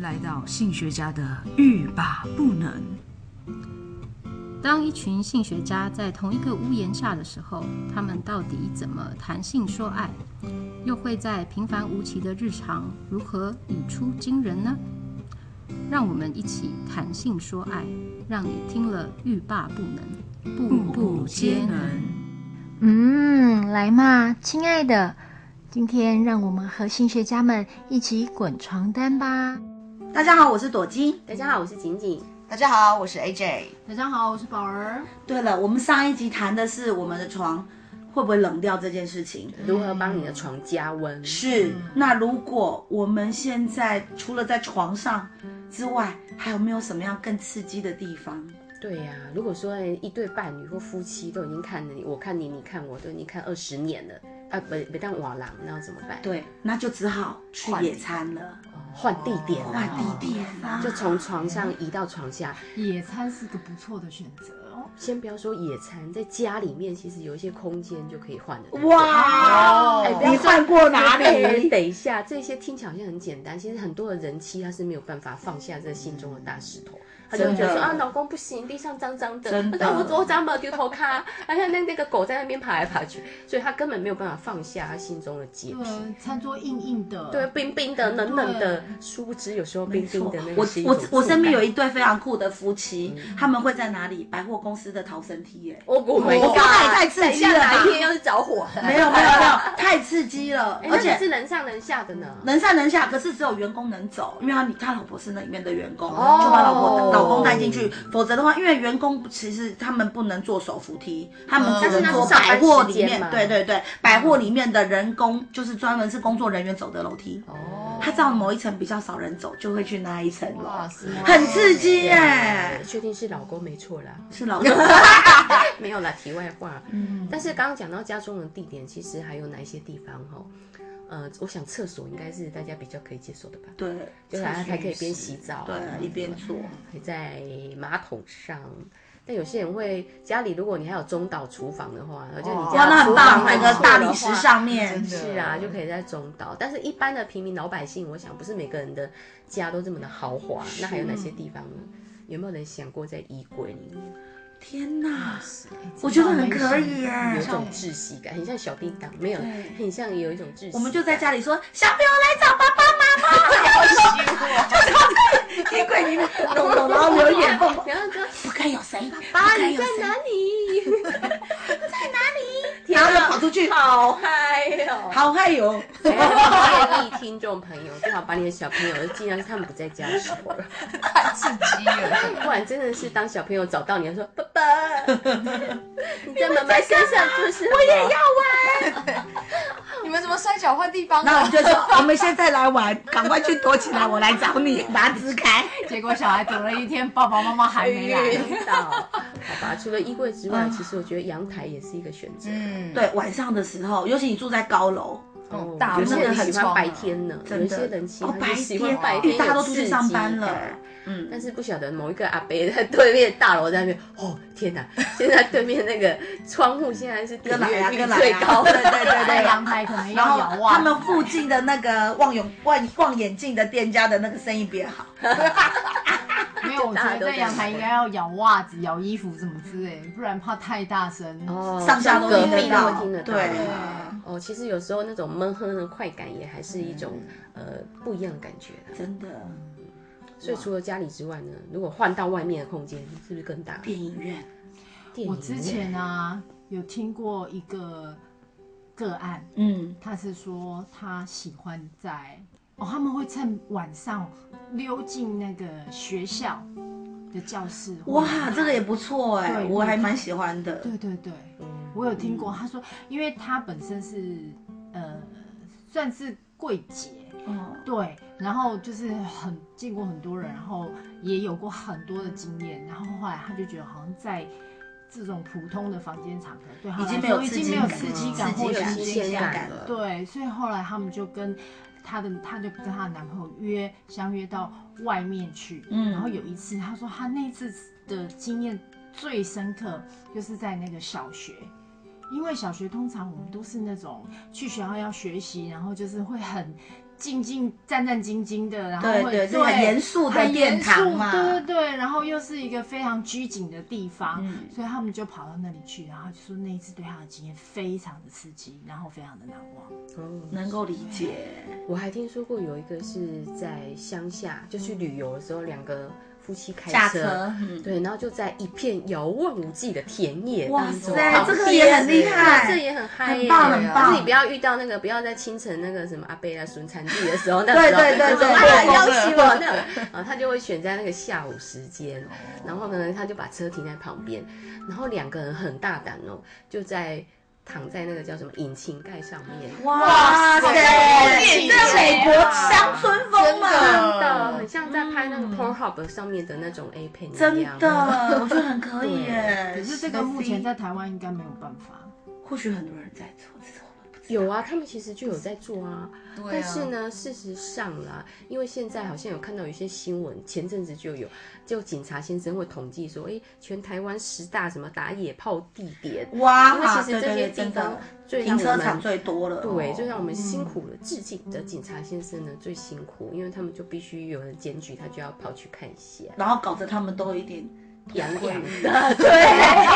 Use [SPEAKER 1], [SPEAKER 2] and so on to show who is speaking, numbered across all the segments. [SPEAKER 1] 来到性学家的欲罢不能。
[SPEAKER 2] 当一群性学家在同一个屋檐下的时候，他们到底怎么谈性说爱？又会在平凡无奇的日常如何语出惊人呢？让我们一起谈性说爱，让你听了欲罢不能，步步皆能。
[SPEAKER 3] 嗯，来嘛，亲爱的，今天让我们和性学家们一起滚床单吧。
[SPEAKER 4] 大家好，我是朵金。
[SPEAKER 5] 大家好，我是景景。
[SPEAKER 6] 大家好，我是 AJ。
[SPEAKER 7] 大家好，我是宝儿。
[SPEAKER 4] 对了，我们上一集谈的是我们的床会不会冷掉这件事情，
[SPEAKER 5] 如何帮你的床加
[SPEAKER 7] 嗯
[SPEAKER 5] 温？
[SPEAKER 4] 是。
[SPEAKER 5] 嗯
[SPEAKER 4] 那如果我们现在除了在床上之外，还有没有什么样更刺激的地方？
[SPEAKER 5] 对呀、如果说一对伴侣或夫妻都已经看了你，我看你，你看我，都已经看二十年了，啊，不不当瓦郎，那要怎么办？
[SPEAKER 4] 对，那就只好去
[SPEAKER 5] 换
[SPEAKER 4] 野餐了，
[SPEAKER 7] 哦
[SPEAKER 5] 换地点啊，
[SPEAKER 4] 换地点啊，
[SPEAKER 5] 就从床上移到床下。
[SPEAKER 7] 野餐是个不错的选择哦。
[SPEAKER 5] 先不要说野餐，在家里面其实有一些空间就可以换的。
[SPEAKER 4] 哇
[SPEAKER 5] 哎不要
[SPEAKER 4] 你换过哪
[SPEAKER 5] 哎
[SPEAKER 4] 里？
[SPEAKER 5] 等一下，这些听起来好像很简单，其实很多的人妻她是没有办法放下这心中的大石头，她就会觉得
[SPEAKER 4] 真
[SPEAKER 5] 说
[SPEAKER 4] 的
[SPEAKER 5] 啊，老公不行，地上脏脏的，
[SPEAKER 4] 真的
[SPEAKER 5] 啊我我长毛丢头咖，哎呀，那那个狗在那边爬来爬去，所以她根本没有办法放下她心中的洁癖。
[SPEAKER 7] 对，嗯餐桌硬硬的。
[SPEAKER 5] 对，冰冰的、冷冷的，殊不知有时候冰
[SPEAKER 4] 没
[SPEAKER 5] 冰
[SPEAKER 4] 错
[SPEAKER 5] 的那，个
[SPEAKER 4] 我
[SPEAKER 5] 是一种
[SPEAKER 4] 我我身边有
[SPEAKER 5] 触嗯
[SPEAKER 4] 一对非常酷的夫妻，他们会在哪里？百货公司的逃生梯、 耶。
[SPEAKER 5] 感，我我没
[SPEAKER 4] 我刚才太刺
[SPEAKER 5] 等一
[SPEAKER 4] 激
[SPEAKER 5] 下
[SPEAKER 4] 了吧
[SPEAKER 5] 哪一天要是着火了，
[SPEAKER 4] 没有没有没有，太刺激了，
[SPEAKER 5] 哎，
[SPEAKER 4] 而
[SPEAKER 5] 那
[SPEAKER 4] 且
[SPEAKER 5] 你是能上能下的呢。
[SPEAKER 4] 能上能下，可是只有员工能走，因为他你他老婆是那里面的员工，
[SPEAKER 5] 哦
[SPEAKER 4] 就把老婆老公带进去，否则的话，因为员工其实他们不能坐手扶梯，他们只
[SPEAKER 5] 哦但是那
[SPEAKER 4] 能
[SPEAKER 5] 是
[SPEAKER 4] 坐
[SPEAKER 5] 上班
[SPEAKER 4] 百货
[SPEAKER 5] 时
[SPEAKER 4] 里
[SPEAKER 5] 间
[SPEAKER 4] 面
[SPEAKER 5] 嘛，
[SPEAKER 4] 对对对，百货里面的人工就是专门是工作人员走的楼梯，
[SPEAKER 5] 哦
[SPEAKER 4] 他到某一层比较少人走，就会去那一层楼
[SPEAKER 7] 哇，塞，
[SPEAKER 4] 很刺激耶、
[SPEAKER 5] 确定是老公没错啦。
[SPEAKER 4] 是 老公，
[SPEAKER 5] 没有啦，题外话。嗯，但是刚刚讲到家中的地点，其实还有哪一些地方哈？呃，我想厕所应该是大家比较可以接受的吧，
[SPEAKER 4] 对，
[SPEAKER 5] 就是还还可以边洗澡、啊，
[SPEAKER 4] 对一边坐，
[SPEAKER 5] 还在马桶上。但有些人会家里，如果你还有中岛厨房的话，就你
[SPEAKER 4] 哇，
[SPEAKER 5] 家
[SPEAKER 4] 哦那很
[SPEAKER 5] 厨
[SPEAKER 4] 棒，
[SPEAKER 5] 房
[SPEAKER 4] 那
[SPEAKER 5] 还
[SPEAKER 4] 个
[SPEAKER 5] 错
[SPEAKER 4] 大
[SPEAKER 5] 的
[SPEAKER 4] 理
[SPEAKER 5] 话
[SPEAKER 4] 石上面
[SPEAKER 7] 真的
[SPEAKER 5] 是啊，就可以在中岛。但是一般的平民老百姓，我想不是每个人的家都这么的豪华。那还有哪些地方呢？有没有人想过在衣柜里面？
[SPEAKER 4] 天哪，
[SPEAKER 7] 哎
[SPEAKER 4] 我觉得很可以耶、
[SPEAKER 5] 有一种窒息感，很像小叮当，没有，很像有一种窒息感。
[SPEAKER 4] 嗯我们就在家里说，小朋友来找爸爸妈妈，就是在衣柜里面咚咚，然后流眼蹦，
[SPEAKER 5] 然后说
[SPEAKER 4] 不该有谁，
[SPEAKER 5] 啊，
[SPEAKER 4] 不该
[SPEAKER 5] 你
[SPEAKER 4] 有
[SPEAKER 5] 在
[SPEAKER 4] 谁，
[SPEAKER 5] 哪里？
[SPEAKER 4] 然后就跑出去，
[SPEAKER 5] 好嗨哦！
[SPEAKER 4] 好害哟，哦
[SPEAKER 5] 哎建议听众朋友最好把你的小朋友，尽量是他们不在家的时候了，
[SPEAKER 7] 太刺激了。
[SPEAKER 5] 不然真的是当小朋友找到你，他说爸 爸，你在妈妈身上做什么？我也要。
[SPEAKER 7] 你们怎么摔跤换地方
[SPEAKER 4] 然后
[SPEAKER 7] 啊？
[SPEAKER 4] 你就说我们现在来玩，赶快去躲起来，我来找你，把它支开。
[SPEAKER 7] 结果小孩等了一天，爸爸妈妈还没来。
[SPEAKER 5] 晕倒，好吧。除了衣柜之外，其实我觉得阳台也是一个选择。
[SPEAKER 6] 嗯，
[SPEAKER 4] 对，晚上的时候，尤其你住在高楼，
[SPEAKER 5] 哦，
[SPEAKER 6] 大
[SPEAKER 5] 有些人
[SPEAKER 4] 那个
[SPEAKER 5] 喜
[SPEAKER 6] 很
[SPEAKER 5] 欢
[SPEAKER 6] 爽
[SPEAKER 5] 白
[SPEAKER 6] 啊
[SPEAKER 5] 天呢，有
[SPEAKER 4] 真
[SPEAKER 5] 一
[SPEAKER 4] 的
[SPEAKER 5] 些人喜
[SPEAKER 4] 哦
[SPEAKER 5] 欢
[SPEAKER 4] 白
[SPEAKER 5] 喜
[SPEAKER 4] 天
[SPEAKER 5] 欢白
[SPEAKER 4] 因
[SPEAKER 5] 天，
[SPEAKER 4] 为大家都出去
[SPEAKER 5] 有刺
[SPEAKER 4] 上
[SPEAKER 5] 激
[SPEAKER 4] 班了
[SPEAKER 5] 感
[SPEAKER 4] 嗯，
[SPEAKER 5] 但是不晓得某一个阿伯在对面大楼在那边，哦天哪！现在对面那个窗户现在是点
[SPEAKER 4] 跟来
[SPEAKER 5] 阅
[SPEAKER 4] 啊，
[SPEAKER 5] 率
[SPEAKER 4] 跟来
[SPEAKER 5] 最
[SPEAKER 4] 啊，
[SPEAKER 5] 高
[SPEAKER 4] 对
[SPEAKER 5] 的，
[SPEAKER 4] 对对
[SPEAKER 7] 在
[SPEAKER 4] 对。
[SPEAKER 7] 阳台可能
[SPEAKER 4] 然
[SPEAKER 7] 要啊
[SPEAKER 4] 后
[SPEAKER 7] 遥
[SPEAKER 4] 他
[SPEAKER 7] 望。
[SPEAKER 4] 们附近的那个望远望望远镜的店家的那个生意比较好，
[SPEAKER 7] 没有，我觉得在阳台应该要咬袜子、咬衣服什么之类，不然怕太大声。
[SPEAKER 5] 哦
[SPEAKER 4] 上下都
[SPEAKER 5] 隔
[SPEAKER 4] 听
[SPEAKER 5] 壁
[SPEAKER 4] 得
[SPEAKER 5] 都
[SPEAKER 4] 到
[SPEAKER 5] 会听得，到。
[SPEAKER 4] 对啊。
[SPEAKER 7] 嗯
[SPEAKER 5] 哦，其实有时候那种闷哼的快感也还是一种、呃不一样的感觉的。
[SPEAKER 4] 真的，
[SPEAKER 5] 所以除了家里之外呢，如果换到外面的空间，是不是更大？
[SPEAKER 4] 电影院
[SPEAKER 5] 电影
[SPEAKER 7] 我
[SPEAKER 5] 院
[SPEAKER 7] 之前啊有听过一个个案，
[SPEAKER 4] 嗯，
[SPEAKER 7] 他是说他喜欢在哦，他们会趁晚上溜进那个学校的教室。
[SPEAKER 4] 哇，这个也不错哎、
[SPEAKER 7] 对
[SPEAKER 4] 我还蛮喜欢的。
[SPEAKER 7] 对对对，
[SPEAKER 5] 嗯
[SPEAKER 7] 我有听过。他说，因为他本身是呃算是柜姐，
[SPEAKER 4] 哦，
[SPEAKER 7] 对，然后就是很见过很多人，然后也有过很多的经验，然后后来他就觉得好像在这种普通的房间场合，对他
[SPEAKER 4] 已经
[SPEAKER 7] 来
[SPEAKER 4] 没有
[SPEAKER 7] 说已
[SPEAKER 4] 刺
[SPEAKER 7] 经
[SPEAKER 4] 激
[SPEAKER 7] 没有
[SPEAKER 4] 感
[SPEAKER 7] 刺
[SPEAKER 4] 了
[SPEAKER 7] 激
[SPEAKER 4] 刺
[SPEAKER 7] 感
[SPEAKER 4] 激
[SPEAKER 7] 或者
[SPEAKER 4] 感
[SPEAKER 7] 是
[SPEAKER 5] 新鲜感了。
[SPEAKER 7] 对，所以后来他们就跟她的，她就跟她的男朋友约相约到外面去。
[SPEAKER 4] 嗯
[SPEAKER 7] 然后有一次，她说她那次的经验最深刻，就是在那个小学。因为小学通常我们都是那种去学校要学习，然后就是会很静静战战兢兢的，然后
[SPEAKER 4] 对
[SPEAKER 7] 会
[SPEAKER 4] 对，这很严肃的
[SPEAKER 7] 很
[SPEAKER 4] 殿
[SPEAKER 7] 严
[SPEAKER 4] 堂啊
[SPEAKER 7] 肃，
[SPEAKER 4] 嘛，
[SPEAKER 7] 对对对，然后又是一个非常拘谨的地方，
[SPEAKER 4] 嗯
[SPEAKER 7] 所以他们就跑到那里去，然后就说那一次对他的经验非常的刺激，然后非常的难忘。
[SPEAKER 5] 哦，
[SPEAKER 4] 能够理解。
[SPEAKER 5] 我还听说过有一个是在乡下，就去旅游的时候，两个夫妻开
[SPEAKER 4] 驾
[SPEAKER 5] 车，
[SPEAKER 4] 车，嗯，
[SPEAKER 5] 对，然后就在一片遥望无际的田野
[SPEAKER 4] 哇
[SPEAKER 5] 当中
[SPEAKER 4] 塞，
[SPEAKER 5] 跑
[SPEAKER 4] 这个
[SPEAKER 5] 遍
[SPEAKER 4] 也很厉
[SPEAKER 5] 对这
[SPEAKER 4] 害，
[SPEAKER 5] 也很嗨耶、
[SPEAKER 4] 很棒很棒
[SPEAKER 5] 可是你不要遇到那个，不要在清晨那个什么阿贝啊、孙产地的 时候，那
[SPEAKER 4] 对
[SPEAKER 5] 时候
[SPEAKER 4] 对对
[SPEAKER 5] 就说
[SPEAKER 4] 对
[SPEAKER 5] 哎呀，
[SPEAKER 4] 对
[SPEAKER 5] 要
[SPEAKER 4] 对
[SPEAKER 5] 死我 那种啊，他就会选在那个下午时间，然后呢，他就把车停在旁边，然后两个人很大胆哦，就在躺在那个叫什么引擎盖上面，
[SPEAKER 4] 哇塞，
[SPEAKER 7] 这
[SPEAKER 4] 这美国乡村风啊嘛，
[SPEAKER 5] 真的很像在拍那个 Pornhub 上面的那种 A 片一样
[SPEAKER 4] 嗯真。的，我觉得很可以耶。
[SPEAKER 7] 可是这个目前在台湾应该没有办法。
[SPEAKER 4] 或许很多人在做，只是我们不知道。
[SPEAKER 5] 有啊，他们其实就有在做啊，但是呢，事实上啦，因为现在好像有看到有一些新闻，前阵子就有，就警察先生会统计说，诶，全台湾十大什么打野炮地点，
[SPEAKER 4] 哇，
[SPEAKER 5] 因为其
[SPEAKER 4] 啊对
[SPEAKER 5] 实这
[SPEAKER 4] 对
[SPEAKER 5] 些
[SPEAKER 4] 对，
[SPEAKER 5] 地
[SPEAKER 4] 真的
[SPEAKER 5] 方最
[SPEAKER 4] 停
[SPEAKER 5] 让
[SPEAKER 4] 车
[SPEAKER 5] 我
[SPEAKER 4] 场
[SPEAKER 5] 们
[SPEAKER 4] 最多了，
[SPEAKER 5] 对，就
[SPEAKER 4] 哦
[SPEAKER 5] 让我们辛苦了，致敬的警察先生呢最辛苦，因为他们就必须有人检举，他就要跑去看一 下，
[SPEAKER 4] 然后搞得他们都有一点
[SPEAKER 5] 痒痒
[SPEAKER 4] 贵
[SPEAKER 5] 的，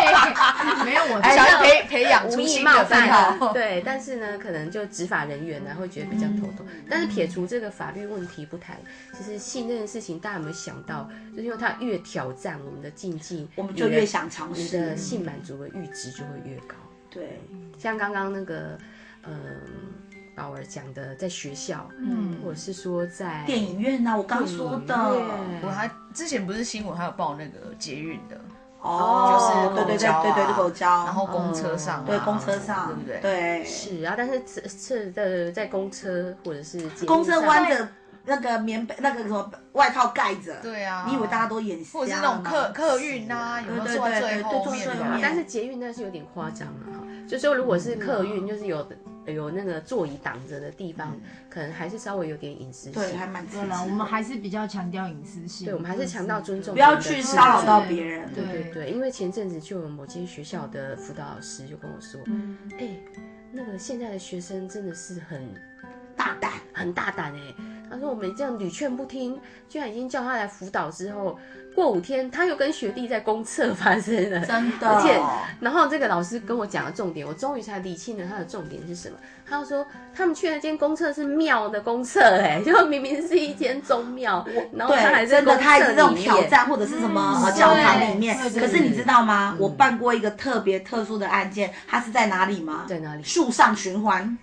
[SPEAKER 7] 没有我，
[SPEAKER 6] 哎，想要培培养
[SPEAKER 5] 无
[SPEAKER 6] 出
[SPEAKER 5] 意
[SPEAKER 6] 新
[SPEAKER 5] 冒
[SPEAKER 6] 的分
[SPEAKER 5] 犯，
[SPEAKER 6] 好。
[SPEAKER 5] 对，但是呢，可能就执法人员呢会觉得比较头痛。
[SPEAKER 4] 嗯
[SPEAKER 5] 但是撇除这个法律问题不谈，其实性这件事情，大家有没有想到，就是因为它越挑战我们的禁忌，
[SPEAKER 4] 我们就
[SPEAKER 5] 你的
[SPEAKER 4] 越想嗯尝
[SPEAKER 5] 你
[SPEAKER 4] 试
[SPEAKER 5] 的。性满足的阈值就会越高。
[SPEAKER 4] 对，
[SPEAKER 5] 像刚刚那个，嗯，宝儿讲的，在学校，
[SPEAKER 7] 嗯
[SPEAKER 5] 或者是说在
[SPEAKER 4] 电影院啊呐，我刚说的
[SPEAKER 5] 电影院
[SPEAKER 6] 我还之前不是新闻还有报那个捷运的，
[SPEAKER 4] 哦，
[SPEAKER 6] 就是
[SPEAKER 4] 对对
[SPEAKER 6] 狗胶啊
[SPEAKER 4] 对对对，狗胶，
[SPEAKER 6] 然后公车上啊，
[SPEAKER 4] 对公车上，
[SPEAKER 6] 对不对？
[SPEAKER 4] 对，
[SPEAKER 5] 是啊，但是这这在在公车或者是捷运
[SPEAKER 4] 公车
[SPEAKER 5] 上
[SPEAKER 4] 弯着那个棉被，那个什么外套盖着，
[SPEAKER 6] 对啊，
[SPEAKER 4] 你以为大家都眼瞎吗？
[SPEAKER 6] 或者是那种客客运啊，有没有
[SPEAKER 4] 对对
[SPEAKER 6] 坐在
[SPEAKER 4] 对
[SPEAKER 6] 最
[SPEAKER 4] 对
[SPEAKER 6] 后
[SPEAKER 4] 坐
[SPEAKER 6] 面
[SPEAKER 4] 最
[SPEAKER 6] 的
[SPEAKER 4] 后
[SPEAKER 6] 啊？
[SPEAKER 4] 面
[SPEAKER 5] 但是捷运那是有点夸张了哈，就说如果是客运，就是有有那个座椅挡着的地方，可能还是稍微有点隐私
[SPEAKER 4] 嗯对，
[SPEAKER 5] 性。
[SPEAKER 4] 还蛮刺
[SPEAKER 7] 对啦，我
[SPEAKER 4] 激。
[SPEAKER 7] 们还是比较强调隐私性，
[SPEAKER 5] 对，我们还是强调尊重，
[SPEAKER 4] 不要去骚扰到别人。
[SPEAKER 7] 对
[SPEAKER 5] 对对，因为前阵子就有某间学校的辅导老师就跟我说，
[SPEAKER 4] 嗯
[SPEAKER 5] 哎、那个现在的学生真的是很
[SPEAKER 4] 大胆，
[SPEAKER 5] 很大胆哎、他说我们这样屡劝不听，居然已经叫他来辅导之后，过五天他又跟学弟在公厕发生了，
[SPEAKER 4] 真的。
[SPEAKER 5] 而且然后这个老师跟我讲的重点，我终于才理清了他的重点是什么。他说他们去那间公厕是庙的公厕、哎， 就明明是一间宗庙，然后他还
[SPEAKER 4] 对，
[SPEAKER 5] 在
[SPEAKER 4] 真的，
[SPEAKER 5] 公
[SPEAKER 4] 他还
[SPEAKER 5] 厕
[SPEAKER 4] 是这种
[SPEAKER 5] 里
[SPEAKER 4] 挑
[SPEAKER 5] 面。
[SPEAKER 4] 战，或者是什么呃
[SPEAKER 7] 嗯
[SPEAKER 4] 教堂里面。
[SPEAKER 7] 对对
[SPEAKER 4] 可是你知道吗？
[SPEAKER 5] 嗯
[SPEAKER 4] 我办过一个特别特殊的案件，它是在哪里吗？
[SPEAKER 5] 在哪里
[SPEAKER 4] 树上循环。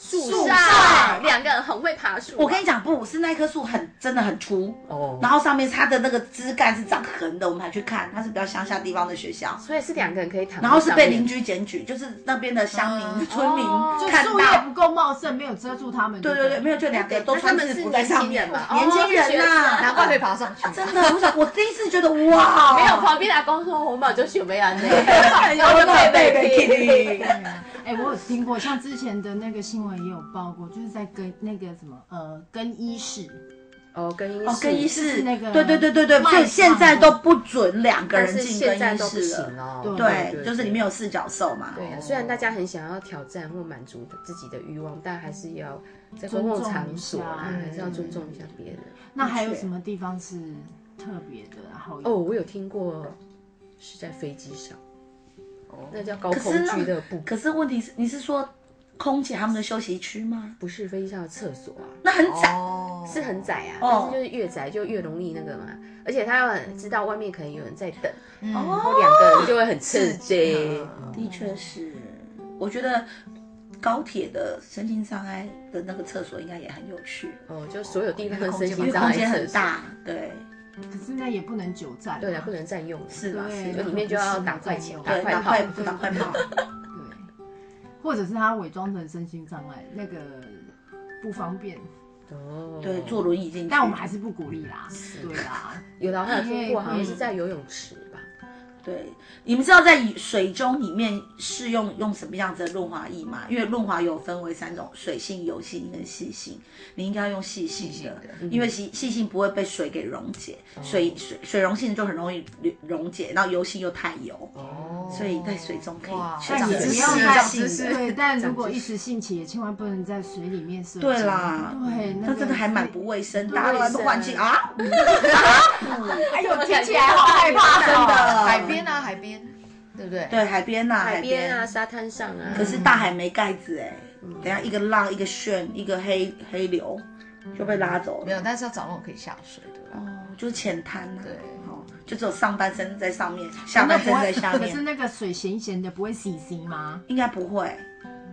[SPEAKER 5] 树
[SPEAKER 4] 上
[SPEAKER 5] 两个人很会爬树啊、
[SPEAKER 4] 我跟你讲，不是那棵树很真的很粗，
[SPEAKER 5] 哦，
[SPEAKER 4] 然后上面它的那个枝干是长横的，我们还去看，它是比较乡下地方的学校。
[SPEAKER 5] 所以是两个人可以躺在
[SPEAKER 4] 然
[SPEAKER 5] 上面，
[SPEAKER 4] 后是被邻居检举，就是那边的乡民、
[SPEAKER 5] 哦
[SPEAKER 4] 村民
[SPEAKER 7] 就
[SPEAKER 4] 看
[SPEAKER 7] 树叶
[SPEAKER 4] 到，
[SPEAKER 7] 不够茂盛，没有遮住他们。
[SPEAKER 4] 对对
[SPEAKER 7] 不
[SPEAKER 4] 对，没有，就两个都
[SPEAKER 5] 那他
[SPEAKER 4] 穿
[SPEAKER 5] 们
[SPEAKER 4] 制
[SPEAKER 5] 是
[SPEAKER 4] 服在上
[SPEAKER 5] 年轻人
[SPEAKER 4] 面嘛，
[SPEAKER 5] 嘛
[SPEAKER 4] 年轻
[SPEAKER 5] 哦是学
[SPEAKER 4] 人
[SPEAKER 5] 生
[SPEAKER 4] 呐，
[SPEAKER 6] 难怪会爬上去，
[SPEAKER 4] 真的，我想我第一次觉得哇，
[SPEAKER 5] 没有旁边阿公说红宝就选没 安内，然后就
[SPEAKER 4] 贝贝
[SPEAKER 5] 被被
[SPEAKER 4] 贝 Kitty。
[SPEAKER 7] 哎、我有听过，像之前的那个新闻也有报过，就是在跟那个什么呃更衣室，
[SPEAKER 5] 哦，更衣室，
[SPEAKER 4] 哦，更衣
[SPEAKER 7] 就
[SPEAKER 4] 室
[SPEAKER 7] 是那个
[SPEAKER 4] 对对对对对，
[SPEAKER 7] 卖
[SPEAKER 4] 所以现
[SPEAKER 7] 场
[SPEAKER 4] 在都不准两个
[SPEAKER 5] 但
[SPEAKER 4] 人
[SPEAKER 5] 是
[SPEAKER 4] 进更
[SPEAKER 5] 现在
[SPEAKER 4] 衣
[SPEAKER 5] 都不
[SPEAKER 4] 室
[SPEAKER 5] 行
[SPEAKER 4] 了。
[SPEAKER 5] 哦。
[SPEAKER 4] 对，就是里面有四角兽嘛。
[SPEAKER 5] 对啊，虽然大家很想要挑战或满足自己的欲望，但还是要在公共场所啦，还
[SPEAKER 7] 尊重一下
[SPEAKER 5] 是要尊重一下别人。
[SPEAKER 7] 那还有什么地方是特别的？然
[SPEAKER 4] 嗯
[SPEAKER 7] 后
[SPEAKER 5] 哦，我有听过是在飞机上，那叫高
[SPEAKER 4] 可
[SPEAKER 5] 空
[SPEAKER 4] 是
[SPEAKER 5] 俱乐部，
[SPEAKER 4] 哦可是问题是，你是说空姐他们的休息区吗？
[SPEAKER 5] 不是飞机上的厕所啊，
[SPEAKER 4] 那很窄，
[SPEAKER 6] 哦，
[SPEAKER 5] 是很窄啊，但
[SPEAKER 4] 哦
[SPEAKER 5] 是就是越窄就越容易那个嘛，而且他要很知道外面可能有人在等，
[SPEAKER 6] 哦，
[SPEAKER 5] 然后两个人就会很刺激。
[SPEAKER 4] 的确是。我觉得高铁的身心障碍的那个厕所应该也很有趣，
[SPEAKER 5] 哦，就所有地方的
[SPEAKER 6] 那个空
[SPEAKER 5] 身
[SPEAKER 6] 间
[SPEAKER 4] 因
[SPEAKER 5] 心
[SPEAKER 4] 为
[SPEAKER 5] 障
[SPEAKER 4] 空
[SPEAKER 5] 碍
[SPEAKER 4] 间
[SPEAKER 5] 厕
[SPEAKER 4] 很
[SPEAKER 5] 所，
[SPEAKER 4] 大。对，
[SPEAKER 7] 可是那也不能久站、
[SPEAKER 4] 啊
[SPEAKER 5] 对了，啊不。能占用，啊
[SPEAKER 4] 是啦，是
[SPEAKER 7] 对
[SPEAKER 5] 就
[SPEAKER 4] 啦
[SPEAKER 5] 里面就要打快钱，打
[SPEAKER 4] 对，
[SPEAKER 5] 快
[SPEAKER 4] 打
[SPEAKER 5] 跑
[SPEAKER 4] 快。打快跑。
[SPEAKER 7] 对，或者是他伪装成身心障碍，那个不方便，
[SPEAKER 5] 哦，
[SPEAKER 4] 对，坐轮椅进去。
[SPEAKER 7] 但我们还是不鼓励啦。对啦，
[SPEAKER 4] 哎
[SPEAKER 5] 有的话有听过，
[SPEAKER 7] 嗯
[SPEAKER 5] 好像是在游泳池吧。
[SPEAKER 4] 对，你们知道在水中里面是用用什么样子的润滑液吗？因为润滑油分为三种：水性、油性跟细性。你应该要用细性
[SPEAKER 6] 细性
[SPEAKER 4] 的
[SPEAKER 6] 的，
[SPEAKER 4] 因为细细性不会被水给溶解，水水水溶性就很容易溶解，然后油性又太油，
[SPEAKER 5] 哦，
[SPEAKER 4] 所以在水中可以
[SPEAKER 6] 哇
[SPEAKER 4] 去
[SPEAKER 6] 但
[SPEAKER 4] 长
[SPEAKER 6] 你
[SPEAKER 4] 成
[SPEAKER 6] 知识
[SPEAKER 4] 细
[SPEAKER 6] 长
[SPEAKER 4] 性
[SPEAKER 6] 知识
[SPEAKER 4] 的
[SPEAKER 7] 对，但
[SPEAKER 4] 长
[SPEAKER 7] 如果
[SPEAKER 4] 知
[SPEAKER 7] 一时兴起，也千万不能在水里面射
[SPEAKER 4] 对
[SPEAKER 7] 精
[SPEAKER 4] 啦
[SPEAKER 7] 对，
[SPEAKER 4] 那
[SPEAKER 7] 那
[SPEAKER 4] 真的
[SPEAKER 7] 个
[SPEAKER 4] 还蛮不卫生，大家都
[SPEAKER 5] 卫
[SPEAKER 4] 换
[SPEAKER 5] 生
[SPEAKER 4] 气啊，
[SPEAKER 7] 哎呦，听起来好害怕，
[SPEAKER 4] 真的
[SPEAKER 6] 海边啊，海边，对不对？
[SPEAKER 4] 对海边呐，
[SPEAKER 5] 海边啊，沙滩上啊，
[SPEAKER 4] 可是大海没盖子哎、等一下一个浪，一个旋，一个黑黑流就被拉走
[SPEAKER 6] 没
[SPEAKER 5] 嗯
[SPEAKER 4] 了。
[SPEAKER 6] 有，但是要找那种可以下水的啦。
[SPEAKER 4] 哦，就是浅滩呐。
[SPEAKER 6] 对
[SPEAKER 4] 哦，就只有上半身在上面，
[SPEAKER 5] 哎
[SPEAKER 4] 下半身在下
[SPEAKER 7] 可是
[SPEAKER 4] 面，
[SPEAKER 7] 那个水咸咸的，不会洗洗吗？
[SPEAKER 4] 应该不会，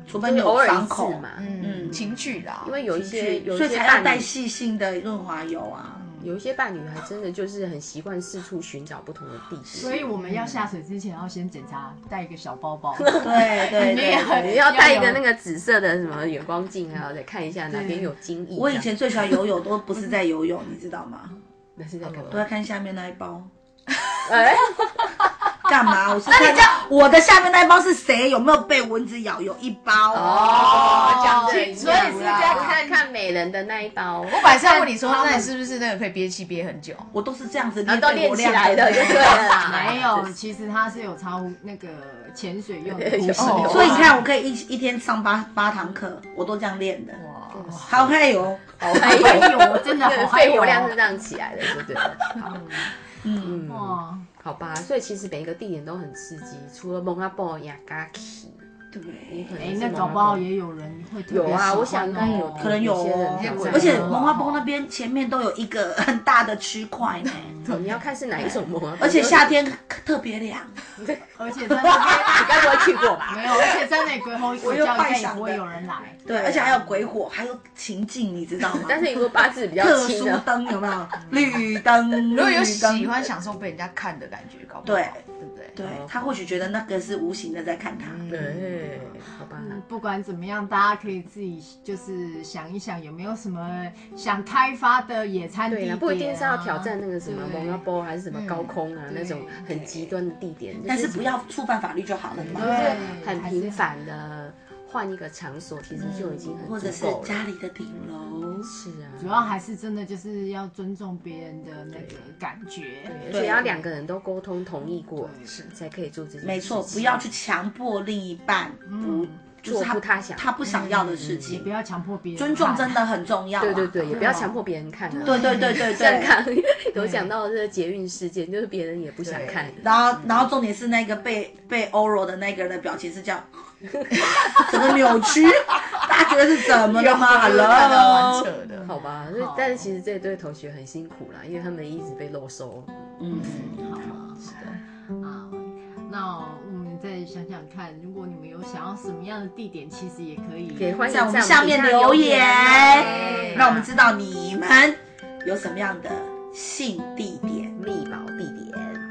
[SPEAKER 4] 除非
[SPEAKER 5] 就
[SPEAKER 4] 你
[SPEAKER 5] 是嗯偶
[SPEAKER 4] 有
[SPEAKER 5] 尔一
[SPEAKER 4] 伤
[SPEAKER 5] 次
[SPEAKER 4] 口
[SPEAKER 5] 嘛，
[SPEAKER 6] 嗯，情趣啦，
[SPEAKER 5] 因为有一些有一
[SPEAKER 4] 所以
[SPEAKER 5] 些
[SPEAKER 4] 才
[SPEAKER 5] 伴
[SPEAKER 4] 要带
[SPEAKER 5] 侣，
[SPEAKER 4] 细性的润滑油 啊。
[SPEAKER 5] 有一些伴侣还真的就是很习惯四处寻找不同的地
[SPEAKER 7] 所
[SPEAKER 5] 点。
[SPEAKER 7] 以我们要下水之前要先检查，带一个小包包。
[SPEAKER 4] 对对
[SPEAKER 7] 没有
[SPEAKER 4] 对。
[SPEAKER 5] 你要带一个那个紫色的什么远光镜啊，再看一下哪边有啊精液。
[SPEAKER 4] 我以前最喜欢游泳，都不是在游泳，你知道吗？
[SPEAKER 5] 那是在干嘛
[SPEAKER 4] 都？在看下面那一包。
[SPEAKER 5] 哎，
[SPEAKER 4] 干 嘛？我是看我的下面那一包是谁有没有被蚊子咬？有一包
[SPEAKER 5] 哦，讲清楚
[SPEAKER 7] 所以是在
[SPEAKER 5] 看哦
[SPEAKER 7] 看，
[SPEAKER 5] 看美人的那一包，
[SPEAKER 6] 我本来是要问你说，那你是不是那个可以憋气憋很久？
[SPEAKER 4] 我都是这样子
[SPEAKER 5] 然
[SPEAKER 4] 练肺
[SPEAKER 5] 后啊都练
[SPEAKER 4] 活
[SPEAKER 5] 起
[SPEAKER 4] 量
[SPEAKER 5] 来的，就对了啦。
[SPEAKER 7] 没有，其实它是有超那个潜水用的哦呼吸
[SPEAKER 5] 有啊
[SPEAKER 6] 有
[SPEAKER 4] 所以你看，我可以一一天上八八堂课，我都这样练的，
[SPEAKER 6] 哇，
[SPEAKER 4] 好嗨哦哟！
[SPEAKER 5] 好
[SPEAKER 7] 哎
[SPEAKER 5] 嗨
[SPEAKER 7] 呦，我 真的好害
[SPEAKER 5] 肺
[SPEAKER 7] 怕
[SPEAKER 5] 活量是这样起来的，对不 对？
[SPEAKER 4] 嗯，
[SPEAKER 5] 嗯，
[SPEAKER 7] 哇，
[SPEAKER 5] 好吧，所以其实每一个地点都很刺激，除了蒙阿波、雅嘎奇，
[SPEAKER 4] 对。
[SPEAKER 5] 你可能
[SPEAKER 7] 哎
[SPEAKER 5] 是，
[SPEAKER 7] 那
[SPEAKER 5] 蒙阿波
[SPEAKER 7] 搞不好也有人会特别
[SPEAKER 5] 有啊，
[SPEAKER 7] 喜欢
[SPEAKER 5] 我想应该有
[SPEAKER 7] 哦，
[SPEAKER 4] 可能有
[SPEAKER 5] 些人
[SPEAKER 4] 哦
[SPEAKER 5] 这样
[SPEAKER 6] 有
[SPEAKER 5] 子啊
[SPEAKER 4] 而且
[SPEAKER 6] 哦
[SPEAKER 4] 蒙阿波那边前面都有一个 很大的区块呢，
[SPEAKER 5] 你要看是哪一种蒙阿波，
[SPEAKER 4] 而且夏天特别凉。
[SPEAKER 7] 而且在那
[SPEAKER 5] 你该不会去过吧？
[SPEAKER 7] 边没有，而且在那里鬼吼鬼叫，应该也不会有 人来。
[SPEAKER 5] 啊
[SPEAKER 4] 对，而且还有鬼火，还有情境，你知道吗？
[SPEAKER 5] 但是你如果八字比较
[SPEAKER 4] 特
[SPEAKER 5] 轻啊
[SPEAKER 4] 殊
[SPEAKER 5] 的，
[SPEAKER 4] 灯有没有？绿灯，
[SPEAKER 6] 如果有
[SPEAKER 4] 绿灯
[SPEAKER 6] 喜欢享受被人家看的感觉，搞不好，
[SPEAKER 4] 对
[SPEAKER 6] 对不对？
[SPEAKER 4] 对
[SPEAKER 5] 哦
[SPEAKER 4] 他或许觉得那个是无形的在看他。
[SPEAKER 5] 嗯对，好吧，
[SPEAKER 7] 嗯不管怎么样，大家可以自己就是想一想，有没有什么想开发的野餐地
[SPEAKER 5] 对
[SPEAKER 7] 点、
[SPEAKER 5] 啊，
[SPEAKER 7] 啊？
[SPEAKER 5] 不一定是要挑战那个什么
[SPEAKER 7] 对
[SPEAKER 5] 蒙阿波还是什么高空啊
[SPEAKER 7] 嗯
[SPEAKER 5] 那种很
[SPEAKER 6] 对
[SPEAKER 5] 极端的地点，
[SPEAKER 4] 但是不要触犯法律就好了嘛，
[SPEAKER 7] 对
[SPEAKER 5] 很频繁的换一个场所，其实就已经
[SPEAKER 4] 嗯或
[SPEAKER 5] 很
[SPEAKER 4] 者
[SPEAKER 5] 足
[SPEAKER 4] 是
[SPEAKER 5] 够
[SPEAKER 4] 家
[SPEAKER 5] 了。
[SPEAKER 4] 里的顶楼。
[SPEAKER 5] 是啊，
[SPEAKER 7] 主要还是真的就是要尊重别人的那个感
[SPEAKER 5] 对
[SPEAKER 7] 觉。
[SPEAKER 5] 而且要两个人都沟通同意过，
[SPEAKER 6] 是
[SPEAKER 5] 才可以做这件事情。
[SPEAKER 4] 没错，不要去强迫另一半不、就是
[SPEAKER 5] 嗯做不他想嗯
[SPEAKER 4] 他不想要的事
[SPEAKER 7] 也
[SPEAKER 4] 情，
[SPEAKER 7] 不要强迫别人
[SPEAKER 4] 尊
[SPEAKER 7] 看，
[SPEAKER 4] 重真的很重要、啊。嗯
[SPEAKER 5] 对对对，也不要强迫别人看啊。
[SPEAKER 4] 对对对对
[SPEAKER 5] 像
[SPEAKER 4] 对。
[SPEAKER 5] 刚刚有讲到这个捷运事件，就是别人也不想看。
[SPEAKER 4] 然后，然后重点是那个被被欧罗的那个人的表情是这 样，整个扭曲， 大家觉得是怎么了吗
[SPEAKER 6] 看到蛮
[SPEAKER 4] ？Hello，
[SPEAKER 6] 扯的，
[SPEAKER 5] 好吧，所以但是其实这对同学很辛苦啦，因为他们一直被漏收。
[SPEAKER 4] 嗯，
[SPEAKER 7] 好啊啊。那我们再想想看，如果你们有想要什么样的地点，其实也可以
[SPEAKER 5] 也欢迎
[SPEAKER 4] 在我们
[SPEAKER 5] 下
[SPEAKER 4] 下面留言
[SPEAKER 5] 言，
[SPEAKER 4] 让我们知道你们有什么样的性地点。
[SPEAKER 5] 密保地点。